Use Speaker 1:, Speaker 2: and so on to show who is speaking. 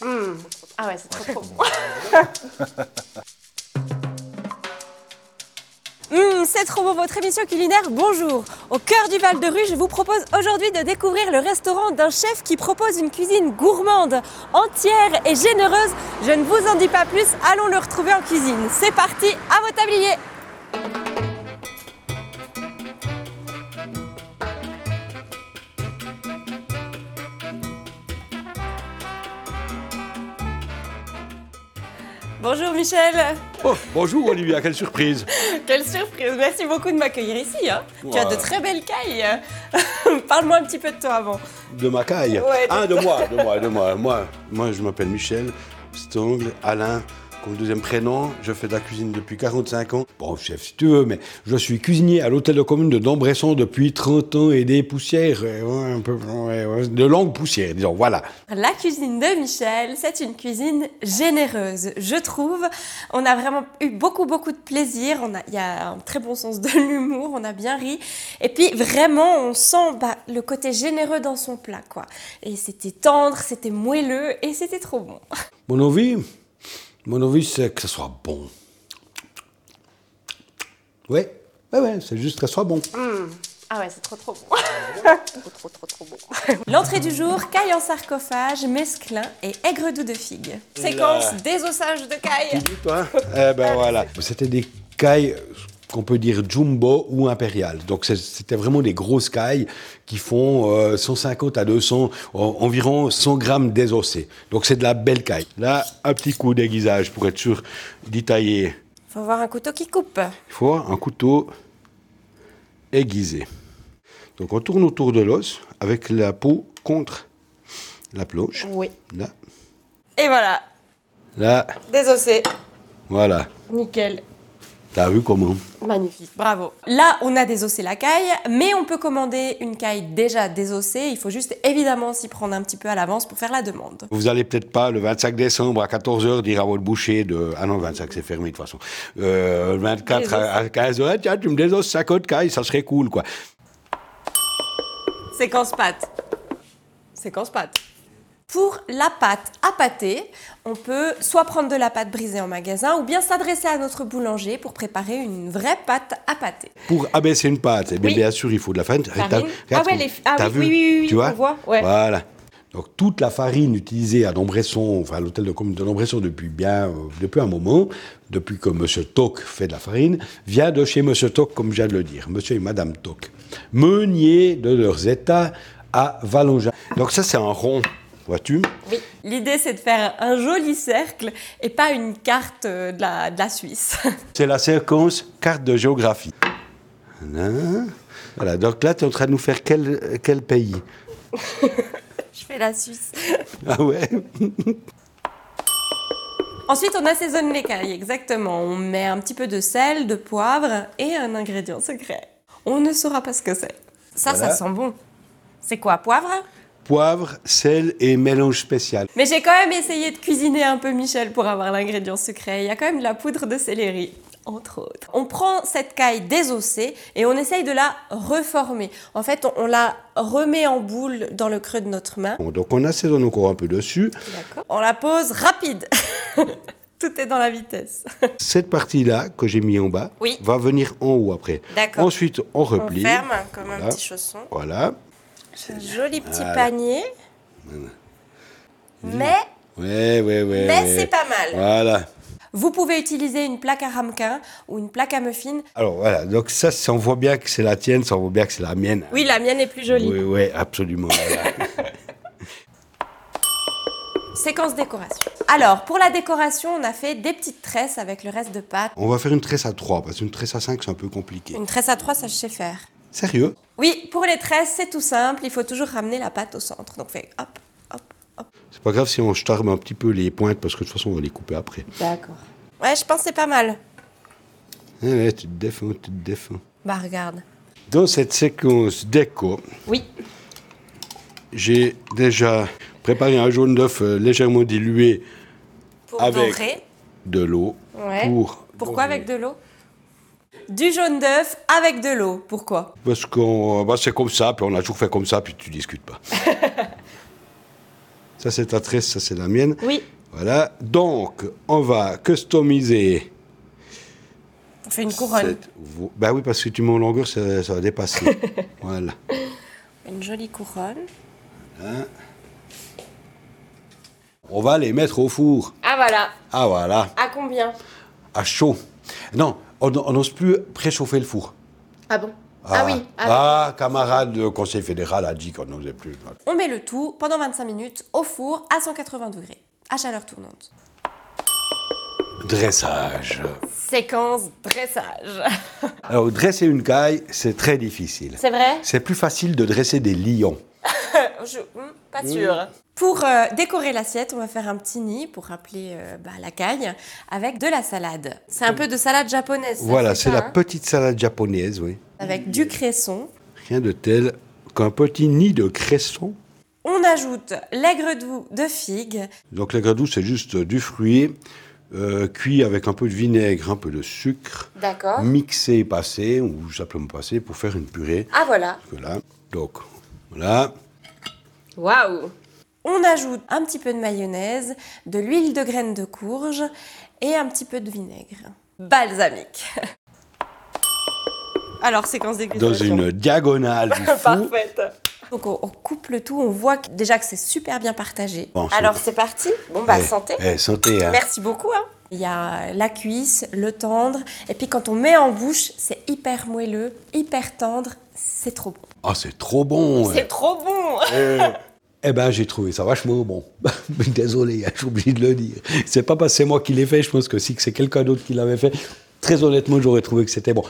Speaker 1: Mmh. Ah ouais, c'est trop trop bon.
Speaker 2: Mmh, c'est trop beau votre émission culinaire, bonjour Au cœur du Val de Rue, je vous propose aujourd'hui de découvrir le restaurant d'un chef qui propose une cuisine gourmande, entière et généreuse. Je ne vous en dis pas plus, allons le retrouver en cuisine. C'est parti, à vos tabliers Bonjour Michel
Speaker 3: Oh, bonjour Olivia, quelle surprise
Speaker 2: Quelle surprise Merci beaucoup de m'accueillir ici. hein. Tu as
Speaker 3: Ouais.
Speaker 2: de très belles cailles. Parle-moi un petit peu de toi avant.
Speaker 3: De ma caille
Speaker 2: Ouais,
Speaker 3: Ah, de moi, de moi, de moi. Moi, moi je m'appelle Michel Stongle, Alain, comme deuxième prénom. Je fais de la cuisine depuis 45 ans. Bon, chef, si tu veux, mais je suis cuisinier à l'hôtel de commune de Dombresson depuis 30 ans et des poussières, euh, ouais, un peu, ouais, ouais, de longues poussières, disons, voilà.
Speaker 2: La cuisine de Michel, c'est une cuisine généreuse, je trouve. On a vraiment eu beaucoup, beaucoup de plaisir. On a, il y a un très bon sens de l'humour, on a bien ri. Et puis vraiment, on sent bah, le côté généreux dans son plat, quoi. Et c'était tendre, c'était moelleux et c'était trop bon.
Speaker 3: Mon envie, mon envie, c'est que ce soit bon. Ouais, ouais, ouais, c'est juste que ce soit bon.
Speaker 1: Ah ouais, c'est trop trop bon. trop trop trop trop bon.
Speaker 2: L'entrée du jour, caille en sarcophage, mesclin et aigre-doux de figue. Séquence désossage de caille.
Speaker 3: Toi Eh ben voilà. C'était des cailles qu'on peut dire jumbo ou impériales. Donc c'est- c'était vraiment des grosses cailles qui font euh, 150 à 200, en- environ 100 grammes désossés. Donc c'est de la belle caille. Là, un petit coup d'aiguisage pour être sûr d'y tailler.
Speaker 2: Faut avoir un couteau qui coupe.
Speaker 3: Il faut avoir un couteau aiguisé. Donc on tourne autour de l'os avec la peau contre la planche.
Speaker 1: Oui.
Speaker 3: Là,
Speaker 2: Et voilà,
Speaker 3: là,
Speaker 2: désossé.
Speaker 3: voilà.
Speaker 2: Nickel.
Speaker 3: T'as vu comment
Speaker 1: Magnifique.
Speaker 2: Bravo. Là, on a désossé la caille, mais on peut commander une caille déjà désossée. Il faut juste évidemment s'y prendre un petit peu à l'avance pour faire la demande.
Speaker 3: Vous allez peut-être pas le 25 décembre à 14h dire à votre boucher de. Ah non, 25, c'est fermé de toute façon. Euh, le 24 à, 15h, tiens, tu me désosses 50 cailles, ça serait cool, quoi.
Speaker 2: Séquence pâte. Séquence pâte. Pour la pâte à pâté, on peut soit prendre de la pâte brisée en magasin ou bien s'adresser à notre boulanger pour préparer une vraie pâte à pâté.
Speaker 3: Pour abaisser une pâte, eh bien,
Speaker 2: Oui.
Speaker 3: bien sûr, il faut de la farine.
Speaker 2: Farine.
Speaker 3: T'as-
Speaker 2: Ah ouais,
Speaker 3: comme-
Speaker 2: les- ah
Speaker 3: t'as
Speaker 2: oui,
Speaker 3: vu,
Speaker 2: oui, oui, oui,
Speaker 3: tu vois,
Speaker 2: on voit, ouais.
Speaker 3: Voilà. Donc, toute la farine utilisée à Dombresson, enfin, à l'hôtel de commune de Dombresson depuis bien, euh, depuis un moment, depuis que M. Toc fait de la farine, vient de chez M. Toc, comme je viens de le dire, Monsieur et Madame Toc, meunier de leurs états à Valonja. Donc, ça, c'est un rond, vois-tu
Speaker 2: L'idée, c'est de faire un joli cercle et pas une carte euh, de la, de la Suisse.
Speaker 3: C'est la séquence carte de géographie. Voilà, Voilà, donc là, tu es en train de nous faire quel, quel pays
Speaker 2: Je fais la Suisse.
Speaker 3: Ah ouais
Speaker 2: Ensuite, on assaisonne les cailles, exactement. On met un petit peu de sel, de poivre et un ingrédient secret. On ne saura pas ce que c'est. Ça,
Speaker 3: Voilà.
Speaker 2: ça sent bon. C'est quoi, poivre
Speaker 3: Poivre, sel et mélange spécial.
Speaker 2: Mais j'ai quand même essayé de cuisiner un peu Michel pour avoir l'ingrédient secret. Il y a quand même de la poudre de céleri, entre autres. On prend cette caille désossée et on essaye de la reformer. En fait, on, on la remet en boule dans le creux de notre main.
Speaker 3: Bon, donc on assaisonne encore un peu dessus.
Speaker 2: On la pose rapide. Tout est dans la vitesse.
Speaker 3: Cette partie-là que j'ai mis en bas
Speaker 2: Oui.
Speaker 3: va venir en haut après.
Speaker 2: D'accord.
Speaker 3: Ensuite, on
Speaker 2: On
Speaker 3: replie.
Speaker 2: ferme comme un
Speaker 3: Voilà.
Speaker 2: petit chausson.
Speaker 3: Voilà.
Speaker 2: Un joli petit panier. Mais,
Speaker 3: Ouais, ouais, ouais.
Speaker 2: mais
Speaker 3: ouais.
Speaker 2: c'est pas mal.
Speaker 3: Euh, Voilà.
Speaker 2: Vous pouvez utiliser une plaque à ramequin ou une plaque à muffin.
Speaker 3: Alors voilà, donc ça, ça, on voit bien que c'est la tienne, ça on voit bien que c'est la mienne.
Speaker 2: Oui, la mienne est plus jolie.
Speaker 3: Oui, oui, absolument. voilà.
Speaker 2: Séquence décoration. Alors, pour la décoration, on a fait des petites tresses avec le reste de pâte.
Speaker 3: on va faire une tresse à 3, parce qu'une tresse à 5, c'est un peu compliqué.
Speaker 2: Une tresse à trois, ça je sais faire.
Speaker 3: Sérieux
Speaker 2: Oui, pour les tresses, c'est tout simple. Il faut toujours ramener la pâte au centre. Donc, fait hop, hop, hop.
Speaker 3: C'est pas grave si on charme un petit peu les pointes, parce que de toute façon, on va les couper après.
Speaker 2: D'accord. Ouais, je pense que c'est pas mal.
Speaker 3: Ouais, Hein, ouais, tu te défends, tu te défends.
Speaker 2: Bah, regarde.
Speaker 3: Dans cette séquence déco,
Speaker 2: Oui.
Speaker 3: j'ai déjà préparé un jaune d'œuf euh, légèrement dilué
Speaker 2: Pour
Speaker 3: Avec.
Speaker 2: dorer.
Speaker 3: de l'eau.
Speaker 2: Ouais.
Speaker 3: Pour
Speaker 2: Pourquoi avec de l'eau Du jaune d'œuf avec de l'eau. Pourquoi
Speaker 3: Parce euh, bah, que c'est comme ça, puis on a toujours fait comme ça, puis tu discutes pas. Ça, c'est ta tresse, ça, c'est la mienne.
Speaker 2: Oui.
Speaker 3: Voilà. Donc, on va customiser.
Speaker 2: On fait une couronne.
Speaker 3: cette- vo- Ben oui, parce que si tu mets en longueur, ça, ça va dépasser. voilà.
Speaker 2: Une jolie couronne.
Speaker 3: On va les mettre au four.
Speaker 2: Ah voilà.
Speaker 3: Ah voilà,
Speaker 2: À combien
Speaker 3: à chaud. Non, on on n'ose plus préchauffer le four.
Speaker 1: Ah bon
Speaker 3: Ah,
Speaker 1: Ah oui. Ah,
Speaker 3: Ah, camarade de conseil fédéral a dit qu'on n'osait plus.
Speaker 2: On met le tout pendant 25 minutes au four à 180 degrés, à chaleur tournante.
Speaker 3: Dressage.
Speaker 2: Séquence dressage.
Speaker 3: Alors, dresser une caille, c'est très difficile.
Speaker 2: C'est vrai
Speaker 3: C'est plus facile de dresser des lions.
Speaker 2: Je- hmm, pas sûr. Pour euh, décorer l'assiette, on va faire un petit nid pour rappeler euh, bah, la caille avec de la salade. C'est un peu de salade japonaise. ça,
Speaker 3: voilà, c'est
Speaker 2: ça,
Speaker 3: la
Speaker 2: hein
Speaker 3: petite salade japonaise, oui.
Speaker 2: Avec du cresson.
Speaker 3: Rien de tel qu'un petit nid de cresson.
Speaker 2: On ajoute l'aigre doux de figue,
Speaker 3: Donc, la douce, c'est juste du fruit euh, cuit avec un peu de vinaigre, un peu de sucre,
Speaker 1: D'accord.
Speaker 3: mixé et passé, ou simplement passé, pour faire une purée.
Speaker 1: Ah voilà.
Speaker 3: Voilà. Donc, voilà.
Speaker 1: Waouh.
Speaker 2: on ajoute un petit peu de mayonnaise, de l'huile de graines de courge et un petit peu de vinaigre. Balsamique. Alors, séquence
Speaker 3: Dans
Speaker 2: dégustation.
Speaker 3: une diagonale du four.
Speaker 2: Donc, on, on coupe le tout, on voit que- déjà que c'est super bien partagé.
Speaker 3: Bon, c'est-
Speaker 2: Alors, c'est parti. Bon, bah,
Speaker 3: Eh,
Speaker 2: santé.
Speaker 3: eh, santé, hein.
Speaker 2: Merci beaucoup. hein. Il y a la cuisse, le tendre, et puis quand on met en bouche, c'est hyper moelleux, hyper tendre, c'est trop bon.
Speaker 3: Ah, c'est trop bon. ouais.
Speaker 2: C'est trop bon
Speaker 3: Eh ben, j'ai trouvé ça vachement bon. Désolé, hein, je suis obligé de le dire. C'est pas parce que c'est moi qui l'ai fait, je pense que si que c'est quelqu'un d'autre qui l'avait fait, très honnêtement, j'aurais trouvé que c'était bon.